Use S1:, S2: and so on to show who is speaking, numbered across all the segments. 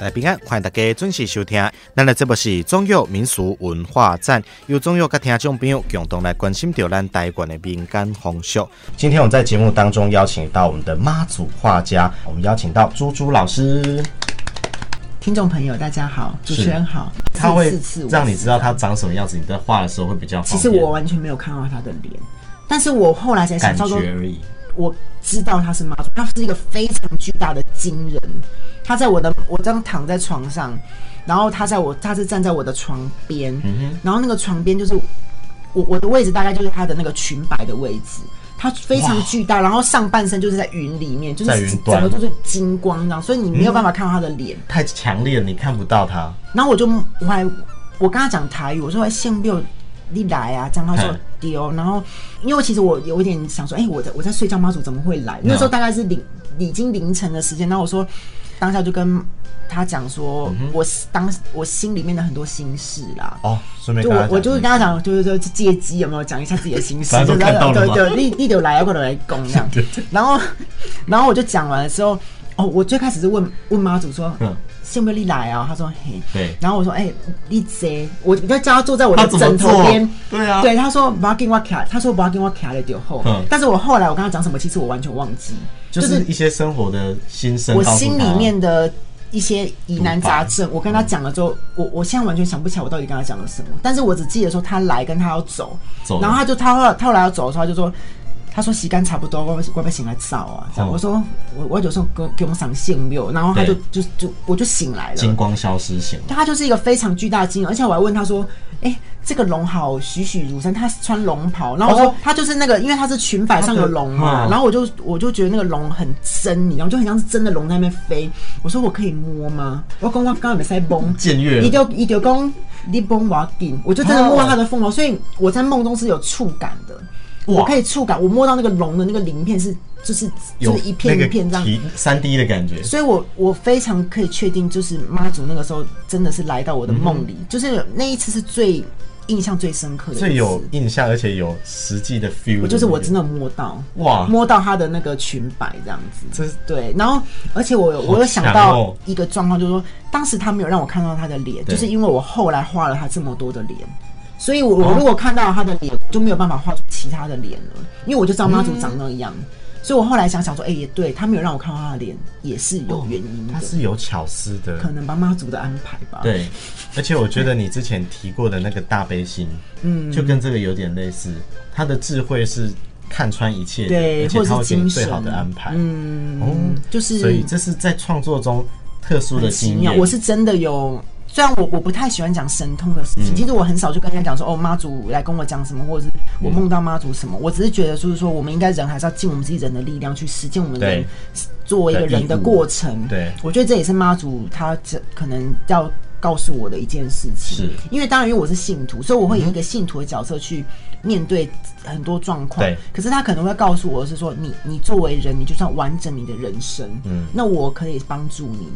S1: 来平安，欢迎大家准时收听。咱的节目是中药民俗文化站，由中药甲听众朋友共同来关心着咱台湾的民间风俗。今天我们在节目当中邀请到我们的妈祖画家，我们邀请到猪猪老师，
S2: 听众朋友，大家好，主持人好。
S1: 他会
S2: 四次
S1: 让你知道。
S2: 五次
S1: 他长什么样子，你在画的时候会比较方
S2: 其
S1: 便。
S2: 实我完全没有看到他的脸，但是我后来才想
S1: 感
S2: 到说，
S1: 觉而已。
S2: 我知道他是妈祖，他是一个非常巨大的金人。他在我的，我这样躺在床上，然后他在我，他是站在我的床边，
S1: 嗯
S2: 然后那个床边就是我我的位置，大概就是他的那个裙摆的位置。他非常巨大，然后上半身就是在云里面，就
S1: 在
S2: 是
S1: 云
S2: 整
S1: 端嗯
S2: 个就是金光这样，所以你没有办法看到他的脸。
S1: 太强烈了，你看不到他。
S2: 然后我就我还我跟他讲台语，我说哎，信不你来啊，这样他说
S1: 嗯
S2: 丢。然后因为其实我有一点想说，哎、我在我在睡觉，妈祖怎么会来？那时候大概是凌已经凌晨的时间，然后我说当下就跟他讲说，我当我心里面的很多心事啦。
S1: 嗯哦，顺便
S2: 就
S1: 跟他
S2: 我
S1: 讲，
S2: 我就是跟他讲，就是说借机有没有讲一下自己的心事，
S1: 反
S2: 就
S1: 正
S2: 是
S1: 都看到
S2: 对
S1: 了嘛
S2: 对，立立有来过来拱这样
S1: 对，
S2: 然后然后我就讲完了之后，哦，我最开始是问问妈祖说
S1: 嗯，
S2: 信不信你来啊？他说嘿，
S1: 对
S2: 然后我说哎，你这，我就叫他坐在我
S1: 他
S2: 的
S1: 怎么
S2: 枕头
S1: 做
S2: 边，
S1: 对啊
S2: 对他说不要给我卡，他说不要给我卡了丢后
S1: 嗯，
S2: 但是我后来我跟他讲什么，其实我完全忘记，
S1: 就是一些生活的心声。
S2: 我心里面的一些疑难杂症，我跟他讲了之后，我我现在完全想不起来我到底跟他讲了什么，但是我只记得说他来跟他要走，
S1: 走了
S2: 然后他就他后来他后来要走的时候，他就说。他说：“洗干差不多，我我被醒来早啊。”这样、
S1: 哦
S2: 我说：“我我有时候给我给我们赏性没有？”然后他就就就我就醒来了。
S1: 金光消失型。
S2: 他就是一个非常巨大的金额，而且我还问他说：“哎、这个龙好栩栩如生，他穿龙袍。”然后我说：“
S1: 哦
S2: 他就是那个，因为他是裙摆上有龙
S1: 他
S2: 嘛。
S1: 的嗯
S2: 然后我就我就觉得那个龙很狰狞，然后就很像是真的龙在那边飞。我说：“我可以摸吗？”我刚刚刚没塞 崩，
S1: 僭越了
S2: 一丢一丢公，你崩我要顶，我就真的摸到他的凤毛，所以我在梦中是有触感的。
S1: 哦哇
S2: 我可以触感，我摸到那个龙的那个鳞片是，就是就
S1: 有
S2: 是一片一片这样，
S1: 三 D 的感觉，
S2: 所以我我非常可以确定，就是妈祖那个时候真的是来到我的梦里，就是那一次是最印象最深刻的一次，
S1: 嗯最有印象，而且有实际的 feel。
S2: 我就是我真
S1: 的
S2: 的摸到
S1: 哇
S2: 摸到她的那个裙摆这样子，
S1: 这是
S2: 对，然后而且我有我有想
S1: 强
S2: 到
S1: 哦
S2: 一个状况，就是说当时他没有让我看到他的脸，
S1: 对
S2: 就是因为我后来画了他这么多的脸。所以我，
S1: 哦
S2: 我如果看到他的脸，就没有办法画出其他的脸了，因为我就知道妈祖长那样。
S1: 嗯
S2: 所以我后来想想说，哎、也对，他没有让我看到他的脸，也是有原因的。
S1: 它是有巧思的
S2: 可。能妈妈族的安排吧。，
S1: 对，而且我觉得你之前提过的那个大悲心，嗯，就跟这个有点类似。他的智慧是看穿一切的，
S2: 对
S1: 而且他
S2: 或
S1: 会给
S2: 者
S1: 你
S2: 是精神
S1: 最好的安排。
S2: 嗯，
S1: 哦，
S2: 就是
S1: 所以这是在创作中特殊的
S2: 很奇
S1: 经
S2: 妙。
S1: 验。
S2: 我是真的有，虽然我我不太喜欢讲神通的事
S1: 嗯
S2: 情，其实我很少就跟人家讲说哦妈祖来跟我讲什么，或者是我梦到妈祖什么。我只是觉得就是说，我们应该人还是要尽我们自己人的力量去实践我们人
S1: 对
S2: 作为一个人的
S1: 的义务
S2: 过程。
S1: 对
S2: 我觉得这也是妈祖她这可能要。告诉我的一件事情，
S1: 是
S2: 因为当然因为我是信徒，所以我会以一个信徒的角色去面对很多状况。
S1: 对
S2: 可是他可能会告诉我是说，你你作为人，你就是要完整你的人生。嗯，那我可以帮助你，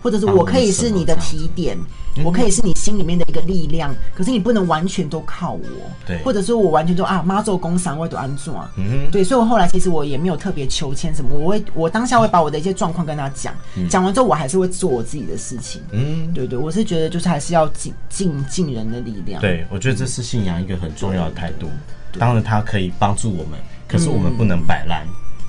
S2: 或者是我可以是你的提点，我可以是你心里面的一个力量。可是你不能完全都靠我，
S1: 对
S2: 或者说我完全就啊妈做工赏我都安住啊，
S1: 嗯
S2: 对，所以我后来其实我也没有特别求签什么，我会我当下会把我的一些状况跟他讲，讲、完之后我还是会做我自己的事情。
S1: 嗯，
S2: 对对，我是觉得就是还是要尽尽尽人的力量。
S1: 对，我觉得这是信仰一个很重要的态度。
S2: 嗯
S1: 当然，它可以帮助我们，可是我们不能摆烂。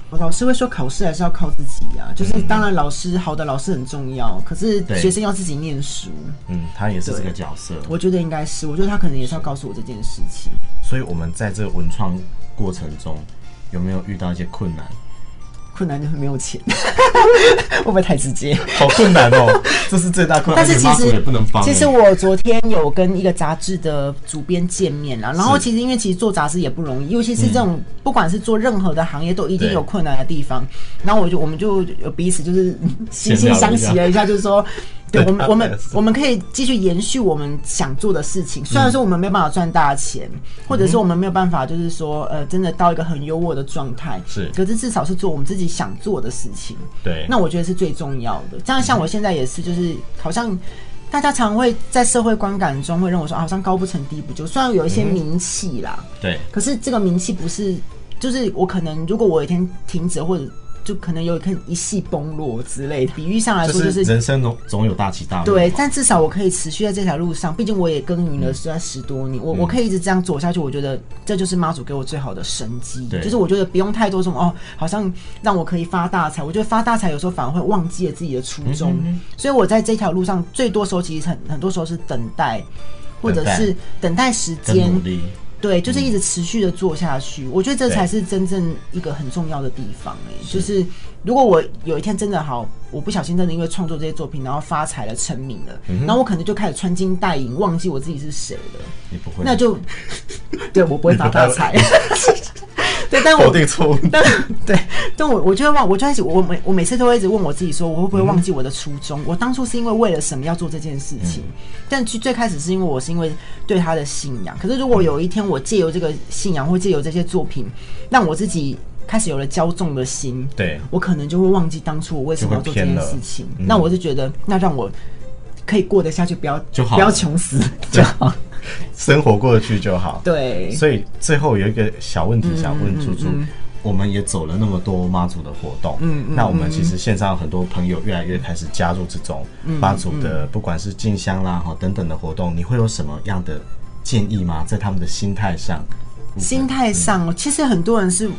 S2: 我老师会说考试还是要靠自己啊，就是当然老师好的老师很重要，可是
S1: 对
S2: 学生要自己念书，
S1: 嗯，他也是这个角色，
S2: 我觉得应该是，我觉得他可能也是要告诉我这件事情。
S1: 所以我们在这个文创过程中，有没有遇到一些困难？
S2: 困难就是没有钱， 会不会太直接？
S1: 好困难哦， 这是最大困
S2: 但是其实
S1: 帮
S2: 其实我昨天有跟一个杂志的主编见面了，然后其实因为其实做杂志也不容易，尤其是这种、不管是做任何的行业，都一定
S1: 对
S2: 有困难的地方。然后我就我们就有彼此就是惺惺相惜了一下，就是说。对
S1: 对
S2: 我们，
S1: 啊
S2: 我们
S1: 是
S2: 我们可以继续延续我们想做的事情。虽然说我们没有办法赚大钱，或者是我们没有办法，就是说，呃，真的到一个很优渥的状态，
S1: 是
S2: 可是至少是做我们自己想做的事情。
S1: 对，
S2: 那我觉得是最重要的。这样像我现在也是，就是好像大家常会在社会观感中会认为说，啊好像高不成低不就。虽然有一些名气啦，
S1: 对
S2: 可是这个名气不是，就是我可能如果我有一天停止或者就可能有可能一系崩落之类的。比喻上来说，就是
S1: 人生总总有大起大落。
S2: 对，但至少我可以持续在这条路上，毕竟我也耕耘
S1: 嗯
S2: 了在十多年，我我可以一直这样走下去，我觉得这就是妈祖给我最好的生机。
S1: 对
S2: 就是我觉得不用太多什么哦，好像让我可以发大财。我觉得发大财有时候反而会忘记了自己的初衷，
S1: 嗯
S2: 所以我在这条路上最多时候其实很很多时候是等待，或者
S1: 等待
S2: 是等待时
S1: 跟
S2: 间
S1: 努，力。
S2: 对，就是一直持续的做下去，我觉得这才是真正一个很重要的地方、哎，就是如果我有一天真的好，我不小心真的因为创作这些作品，然后发财了、成名了，然后我可能就开始穿金戴银，忘记我自己是谁了，
S1: 你不会，
S2: 那就 对我不会发大财。 对，但
S1: 否
S2: 我
S1: 定错误。
S2: 但对，但我我就会忘，我就开始，我每我每次都会一直问我自己说，我会不会忘记我的初衷？我当初是因为为了什么要做这件事情？
S1: 嗯
S2: 但最最开始是因为我是因为对他的信仰。可是如果有一天我借由这个信仰，或借由这些作品，让我自己开始有了骄纵的心，
S1: 对，
S2: 我可能就会忘记当初我为什么要做这件事情
S1: 就会偏了。嗯
S2: 那我就觉得，那让我可以过得下去，不要
S1: 就好
S2: 不要穷 死就好。
S1: 生活过得去就好。
S2: 对，
S1: 所以最后有一个小问
S2: 嗯
S1: 题想问猪猪，我们也走了那么多妈祖的活动，嗯，那我们其实线上有很多朋友越来越开始加入这种
S2: 嗯
S1: 妈祖的，不管是进香啦哈等等的活动，你会有什么样的建议吗？在他们的心态上，
S2: 心态上，其实很多人是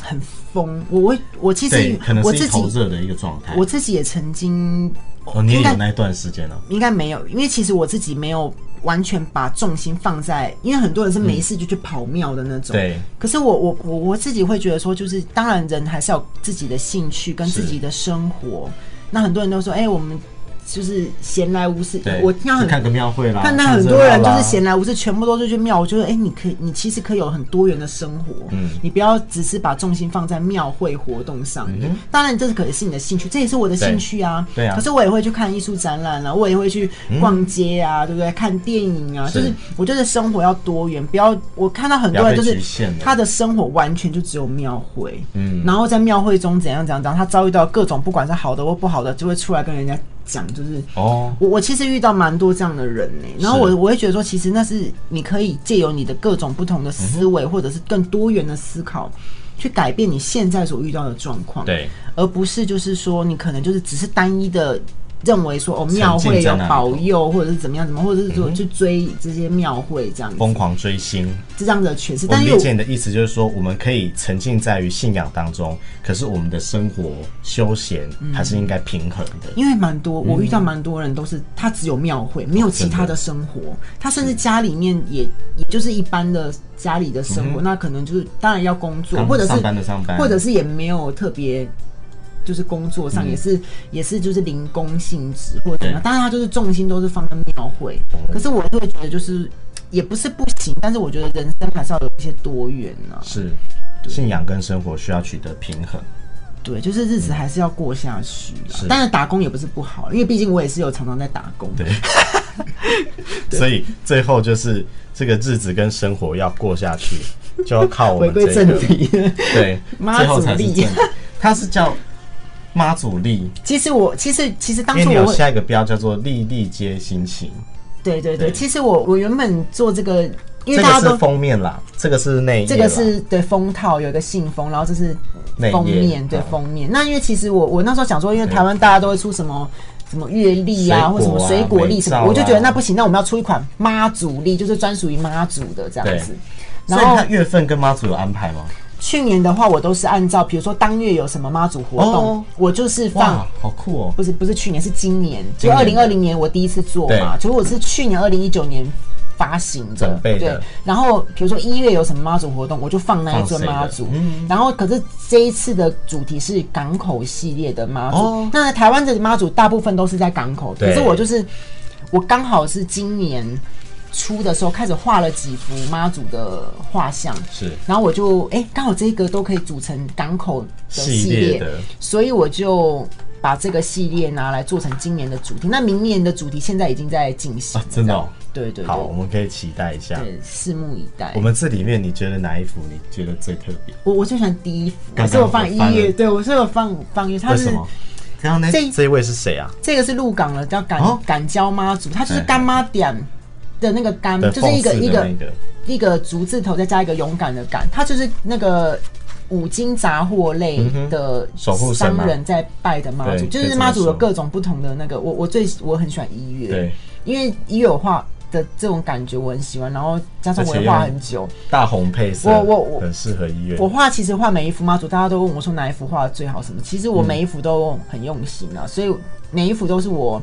S2: 很疯。我我我其
S1: 对，
S2: 实
S1: 可能
S2: 我
S1: 是一
S2: 自
S1: 头
S2: 己
S1: 热的一个状态。
S2: 我自己也曾经
S1: 哦，你也
S2: 应该
S1: 有那一段时间了、
S2: 应该没有，因为其实我自己没有完全把重心放在，因为很多人是没事就去跑庙的那种。
S1: 对。
S2: 可是我我我我自己会觉得说，就是当然人还是要有自己的兴趣跟自己的生活。那很多人都说，哎、我们就是闲来无事
S1: 对，，
S2: 我听到
S1: 去
S2: 很
S1: 看个庙会啦，
S2: 看到
S1: 看
S2: 很
S1: 热
S2: 多
S1: 闹
S2: 人就
S1: 啦
S2: 是闲来无事，全部都是去庙。我觉得，哎、你可以，你其实可以有很多元的生活。
S1: 嗯
S2: 你不要只是把重心放在庙会活动上面。当然，这是可能是你的兴趣，这也是我的兴趣啊。
S1: 嗯对对啊
S2: 可是我也会去看艺术展览啊，我也会去逛街啊，对不对？看电影啊，
S1: 嗯是
S2: 就是我觉得生活要多元，不要我看到很多人就
S1: 不要被
S2: 是
S1: 局限了
S2: 他的生活完全就只有庙会，
S1: 嗯
S2: 嗯，然后在庙会中怎样怎样怎样，他遭遇到各种不管是好的或不好的，就会出来跟人家讲，就是
S1: 哦，
S2: 我我其实遇到蛮多这样的人呢、然后我我会觉得说，其实那是你可以借由你的各种不同的
S1: 嗯
S2: 思维，或者是更多元的思考，去改变你现在所遇到的状况，，
S1: 对，
S2: 而不是就是说你可能就是只是单一的认为说哦
S1: 浸
S2: 庙会
S1: 在
S2: 有
S1: 那里
S2: 保
S1: 头嗯
S2: 佑，或者是怎么样怎么样，或者是说去追这些庙会这样子，
S1: 疯狂追星，
S2: 是这样的诠释，
S1: 我
S2: 但是
S1: 理解
S2: 我
S1: 你的意思，就是说我们可以沉浸在于信仰当中，可是我们的生活休闲
S2: 嗯
S1: 还是应该平衡的。
S2: 因为蛮多，我遇到蛮多人都是他只有庙会，没
S1: 哦
S2: 有其他的生活，他甚至家里面也也就是一般的家里的
S1: 嗯
S2: 生活，那可能就是当然要工作，
S1: 上
S2: 或者是
S1: 上班的上班
S2: 或者是也没有特别。就是工作上也是、也是就是零工性质或者怎么样，
S1: 嗯对哦
S2: 当然他就是重心都是放在庙会，可是我就会觉得就是也不是不行，但是我觉得人生还是要有一些多元啊呢、
S1: 是，信仰跟生活需要取得平衡。
S2: 对，就是日子还是要过下去啦
S1: 是。
S2: 当然打工也不是不好，因为毕竟我也是有常常在打工，
S1: 对，所以最后就是这个日子跟生活要过下去，就要靠我
S2: 回
S1: 们
S2: 归
S1: 这
S2: 正
S1: 个。
S2: 题。
S1: 对，
S2: 妈
S1: 最后
S2: 祖
S1: 才是
S2: 力
S1: 正题。它是叫妈祖力，
S2: 其实我其实其实当
S1: 因为
S2: 初
S1: 你
S2: 我
S1: 有
S2: 会
S1: 下一个标叫做“粒粒皆心情
S2: 对对
S1: 对
S2: 对，其实我我原本做这个，”，因
S1: 这
S2: 为大家
S1: 个是
S2: 都
S1: 封面啊啦，这个是内页啦，
S2: 这个是对封套有一个信封，然后这是
S1: 内页
S2: 封面对
S1: 嗯
S2: 封面。那因为其实我我那时候想说，因为台湾大家都会出什么。什么月历啊，
S1: 水果啊
S2: 或什么水果历什
S1: 美
S2: 么，
S1: 照啊
S2: 我就觉得那不行，那我们要出一款妈祖历，就是专属于妈祖的这样子
S1: 对。
S2: 然
S1: 所以
S2: 后
S1: 它月份跟妈祖有安排吗？
S2: 去年的话，我都是按照，比如说当月有什么妈祖活动
S1: 哦，
S2: 我就是放
S1: 哇，好酷哦！
S2: 不是不是去年，是今年，
S1: 今
S2: 就
S1: 年
S2: 二
S1: 的
S2: 零二零年我第一次做嘛，就是我是去年二零一九年发行的，
S1: 准备的
S2: 对。然后比如说一月有什么妈祖活动，我就放那一尊妈祖
S1: 放。嗯
S2: 然后可是这一次的主题是港口系列的妈祖，
S1: 哦
S2: 那台湾的妈祖大部分都是在港口，
S1: 对
S2: 可是我就是我刚好是今年。初的时候开始画了几幅妈祖的画像，
S1: 是
S2: 然后我就哎，刚、好这个都可以组成港口的系
S1: 系
S2: 列，
S1: 列的
S2: 所以我就把这个系列拿来做成今年的主题。那明年的主题现在已经在进行、
S1: 啊，真的、哦。
S2: 对对
S1: 好，
S2: 对
S1: 我们可以期待一下。
S2: 对，拭目以待
S1: 我。们这里面你觉得哪一幅你觉得最特别？
S2: 我我最喜欢第一幅，
S1: 刚刚
S2: 我是我放
S1: 我翻
S2: 一
S1: 了
S2: 月，对我是有放放月，它
S1: 为
S2: 是
S1: 什么？刚刚那
S2: 这
S1: 这一位是谁啊？
S2: 这个是鹿港了，叫赶
S1: 哦
S2: 赶交妈祖，它就是
S1: 哎
S2: 干妈点的那个干，
S1: 的
S2: 嗯就是一个
S1: 讽刺
S2: 一
S1: 的
S2: 个
S1: 那个
S2: 一个竹字头，再加一个勇敢的敢，它就是那个五金杂货类的
S1: 嗯守护神嘛
S2: 商人在拜的妈祖，
S1: 对
S2: 就是妈祖有各种不同的那个，我我最我很喜欢一月，
S1: 对，
S2: 因为一月我画的这种感觉我很喜欢，然后加上我
S1: 而且
S2: 也
S1: 又
S2: 画很久，
S1: 大红配色，
S2: 我我我
S1: 很适合医院。
S2: 我画其实画每一幅妈祖，大家都问我说哪一幅画得最好什么，其实
S1: 嗯
S2: 我每一幅都很用心啊，所以每一幅都是我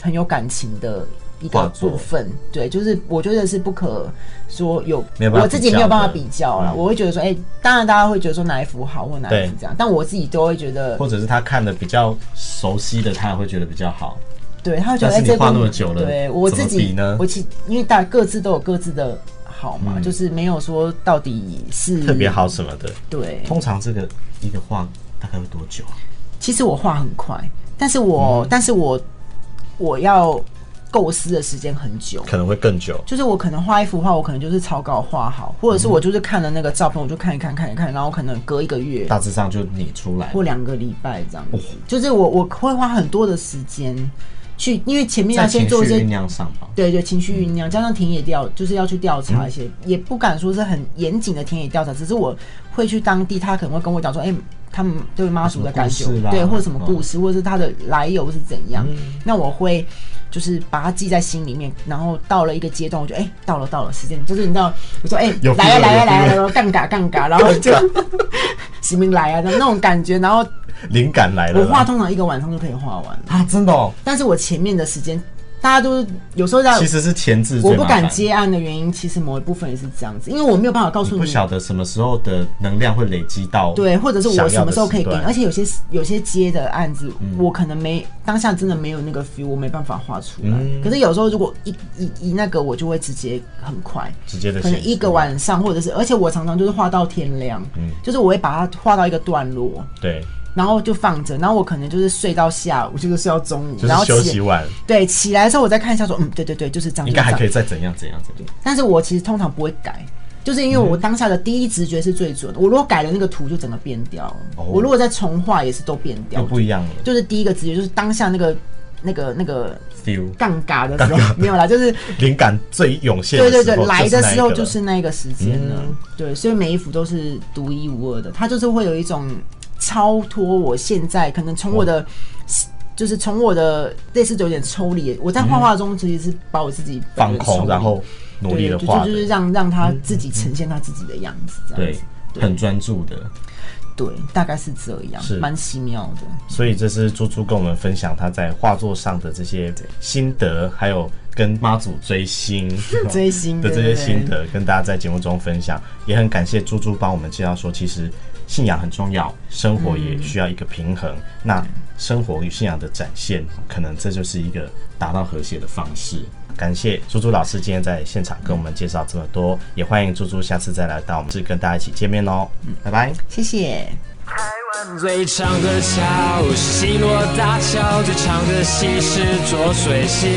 S2: 很有感情的。一
S1: 画
S2: 个
S1: 作
S2: 部分，对，就是我觉得是不可说有，
S1: 没有办法
S2: 我自己没有办法
S1: 比
S2: 比较啦。
S1: 嗯
S2: 我会觉得说，哎、当然大家会觉得说哪一幅好或哪一幅
S1: 对
S2: 这样，但我自己都会觉得，
S1: 或者是他看的比较熟悉的，他会觉得比较好。
S2: 对，他会觉
S1: 但
S2: 得
S1: 是
S2: 哎，
S1: 你
S2: 这
S1: 画
S2: 个
S1: 那么久了
S2: 对我
S1: 怎么
S2: 自
S1: 比
S2: 己
S1: 呢嗯
S2: 我其因为大家各自都有各自的好嘛，就是没有说到底是
S1: 特别。好什么的。
S2: 对，
S1: 通常这个一个画大概会多久啊？
S2: 其实我画很快，但是我、
S1: 嗯
S2: 但是我我要构思的时间很久。
S1: 可能会更久。
S2: 就是我可能画一幅画，我可能就是草稿画好，或者是我就是看了那个照片，我就看一看看一看，然后可能隔一个月
S1: 大致上就拟出来，
S2: 或两个礼拜这样子。就是我我会花很多的时间去，因为前面要
S1: 在情
S2: 先
S1: 绪
S2: 做一些
S1: 酝酿上 吧。
S2: 对对，情绪酝酿，加上田野调，就是要去调
S1: 嗯
S2: 查一些，也不敢说是很严谨的田野调查，只是我会去当地，他可能会跟我讲说，哎、他们对妈祖的感
S1: 什
S2: 受
S1: 么故事啦，嗯
S2: 对，或者什么故事，或者是他的来由是怎样，那我会就是把它记在心里面，然后到了一个阶段，我就哎、到了到了时间，就是你知道，我说哎、
S1: 有
S2: 来呀
S1: feel 了
S2: 来呀
S1: 有 feel
S2: 来呀，然后杠嘎杠嘎，然后就行明来啊的那种感觉，然后
S1: 灵感来了
S2: 我
S1: 啦，
S2: 画通常一个晚上就可以画完，
S1: 啊，真的哦，
S2: 但是我前面的时间。大家都有时候在
S1: 其实是前置最
S2: 啊我
S1: 麻烦，
S2: 不敢接案的原因，其实某一部分也是这样子，因为我没有办法告诉
S1: 不
S2: 你，
S1: 晓得什么时候的能量会累积到
S2: 对，或者是我什么时候可以给你
S1: 想，要的
S2: 而
S1: 时
S2: 且有些有些接的案子，我可能没当下真的没有那个 feel，我没办法画出来。
S1: 嗯
S2: 可是有时候如果一一一那个，我就会直接很快。
S1: 段直接的
S2: 可
S1: 显示
S2: 能一个晚上，或者是，而且我常常就是画到天亮，
S1: 嗯
S2: 就是我会把它画到一个段落，
S1: 对，
S2: 然后就放着，然后我可能就是睡到下午，就是睡到中午，
S1: 就
S2: 然
S1: 是
S2: 后
S1: 休
S2: 起
S1: 息完
S2: 对起来的时候，我再看一下说，嗯，对对对，就是这样，
S1: 应该还
S2: 就是这样
S1: 可以再怎样怎样怎样，
S2: 但是我其实通常不会改，就是因为我当下的第一直觉是最准的。我如果改了那个图，就整个变掉了。
S1: 哦
S2: 我如果再重画，也是都变掉
S1: 又
S2: 了。
S1: 不一样了
S2: 就是第一个直觉就是当下那个那个那个
S1: ，feel
S2: 杠嘎的时候 没有啦， 就是
S1: 灵感最涌现的
S2: 对
S1: 时候，
S2: 对对，来的时候就
S1: 那一个了
S2: 是那个时间了。
S1: 嗯
S2: 对，所以每一幅都是独一无二的，它就是会有一种超脱我现在可能从我的。就是从我的类似有点抽离，我在画画中其实是把我自己本
S1: 嗯放
S2: 人抽
S1: 空，
S2: 离
S1: 然后努力的
S2: 对
S1: 画
S2: 就
S1: 的，嗯
S2: 就就是让让他自己呈现他自己的样子，这样
S1: 对
S2: 子，
S1: 很专注的。
S2: 对，大概是这样
S1: 是，
S2: 蛮奇妙的。
S1: 所以这是猪猪跟我们分享他在画作上的这些心得，还有跟妈祖 追星
S2: 追星
S1: 的这些
S2: 对对对
S1: 心得，跟大家在节目中分享。也很感谢猪猪帮我们介绍说，其实信仰很重要，生活也需要一个平衡。那生活与信仰的展现，可能这就是一个达到和谐的方式。感谢猪猪老师今天在现场跟我们介绍这么多，也欢迎猪猪下次再来到我们这跟大家一起见面哦。拜拜。
S2: 谢谢。
S3: 最长的桥是西罗大桥，最长的溪是浊水溪。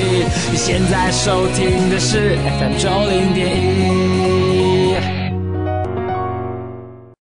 S3: 你现在收听的是 FM 九零点一。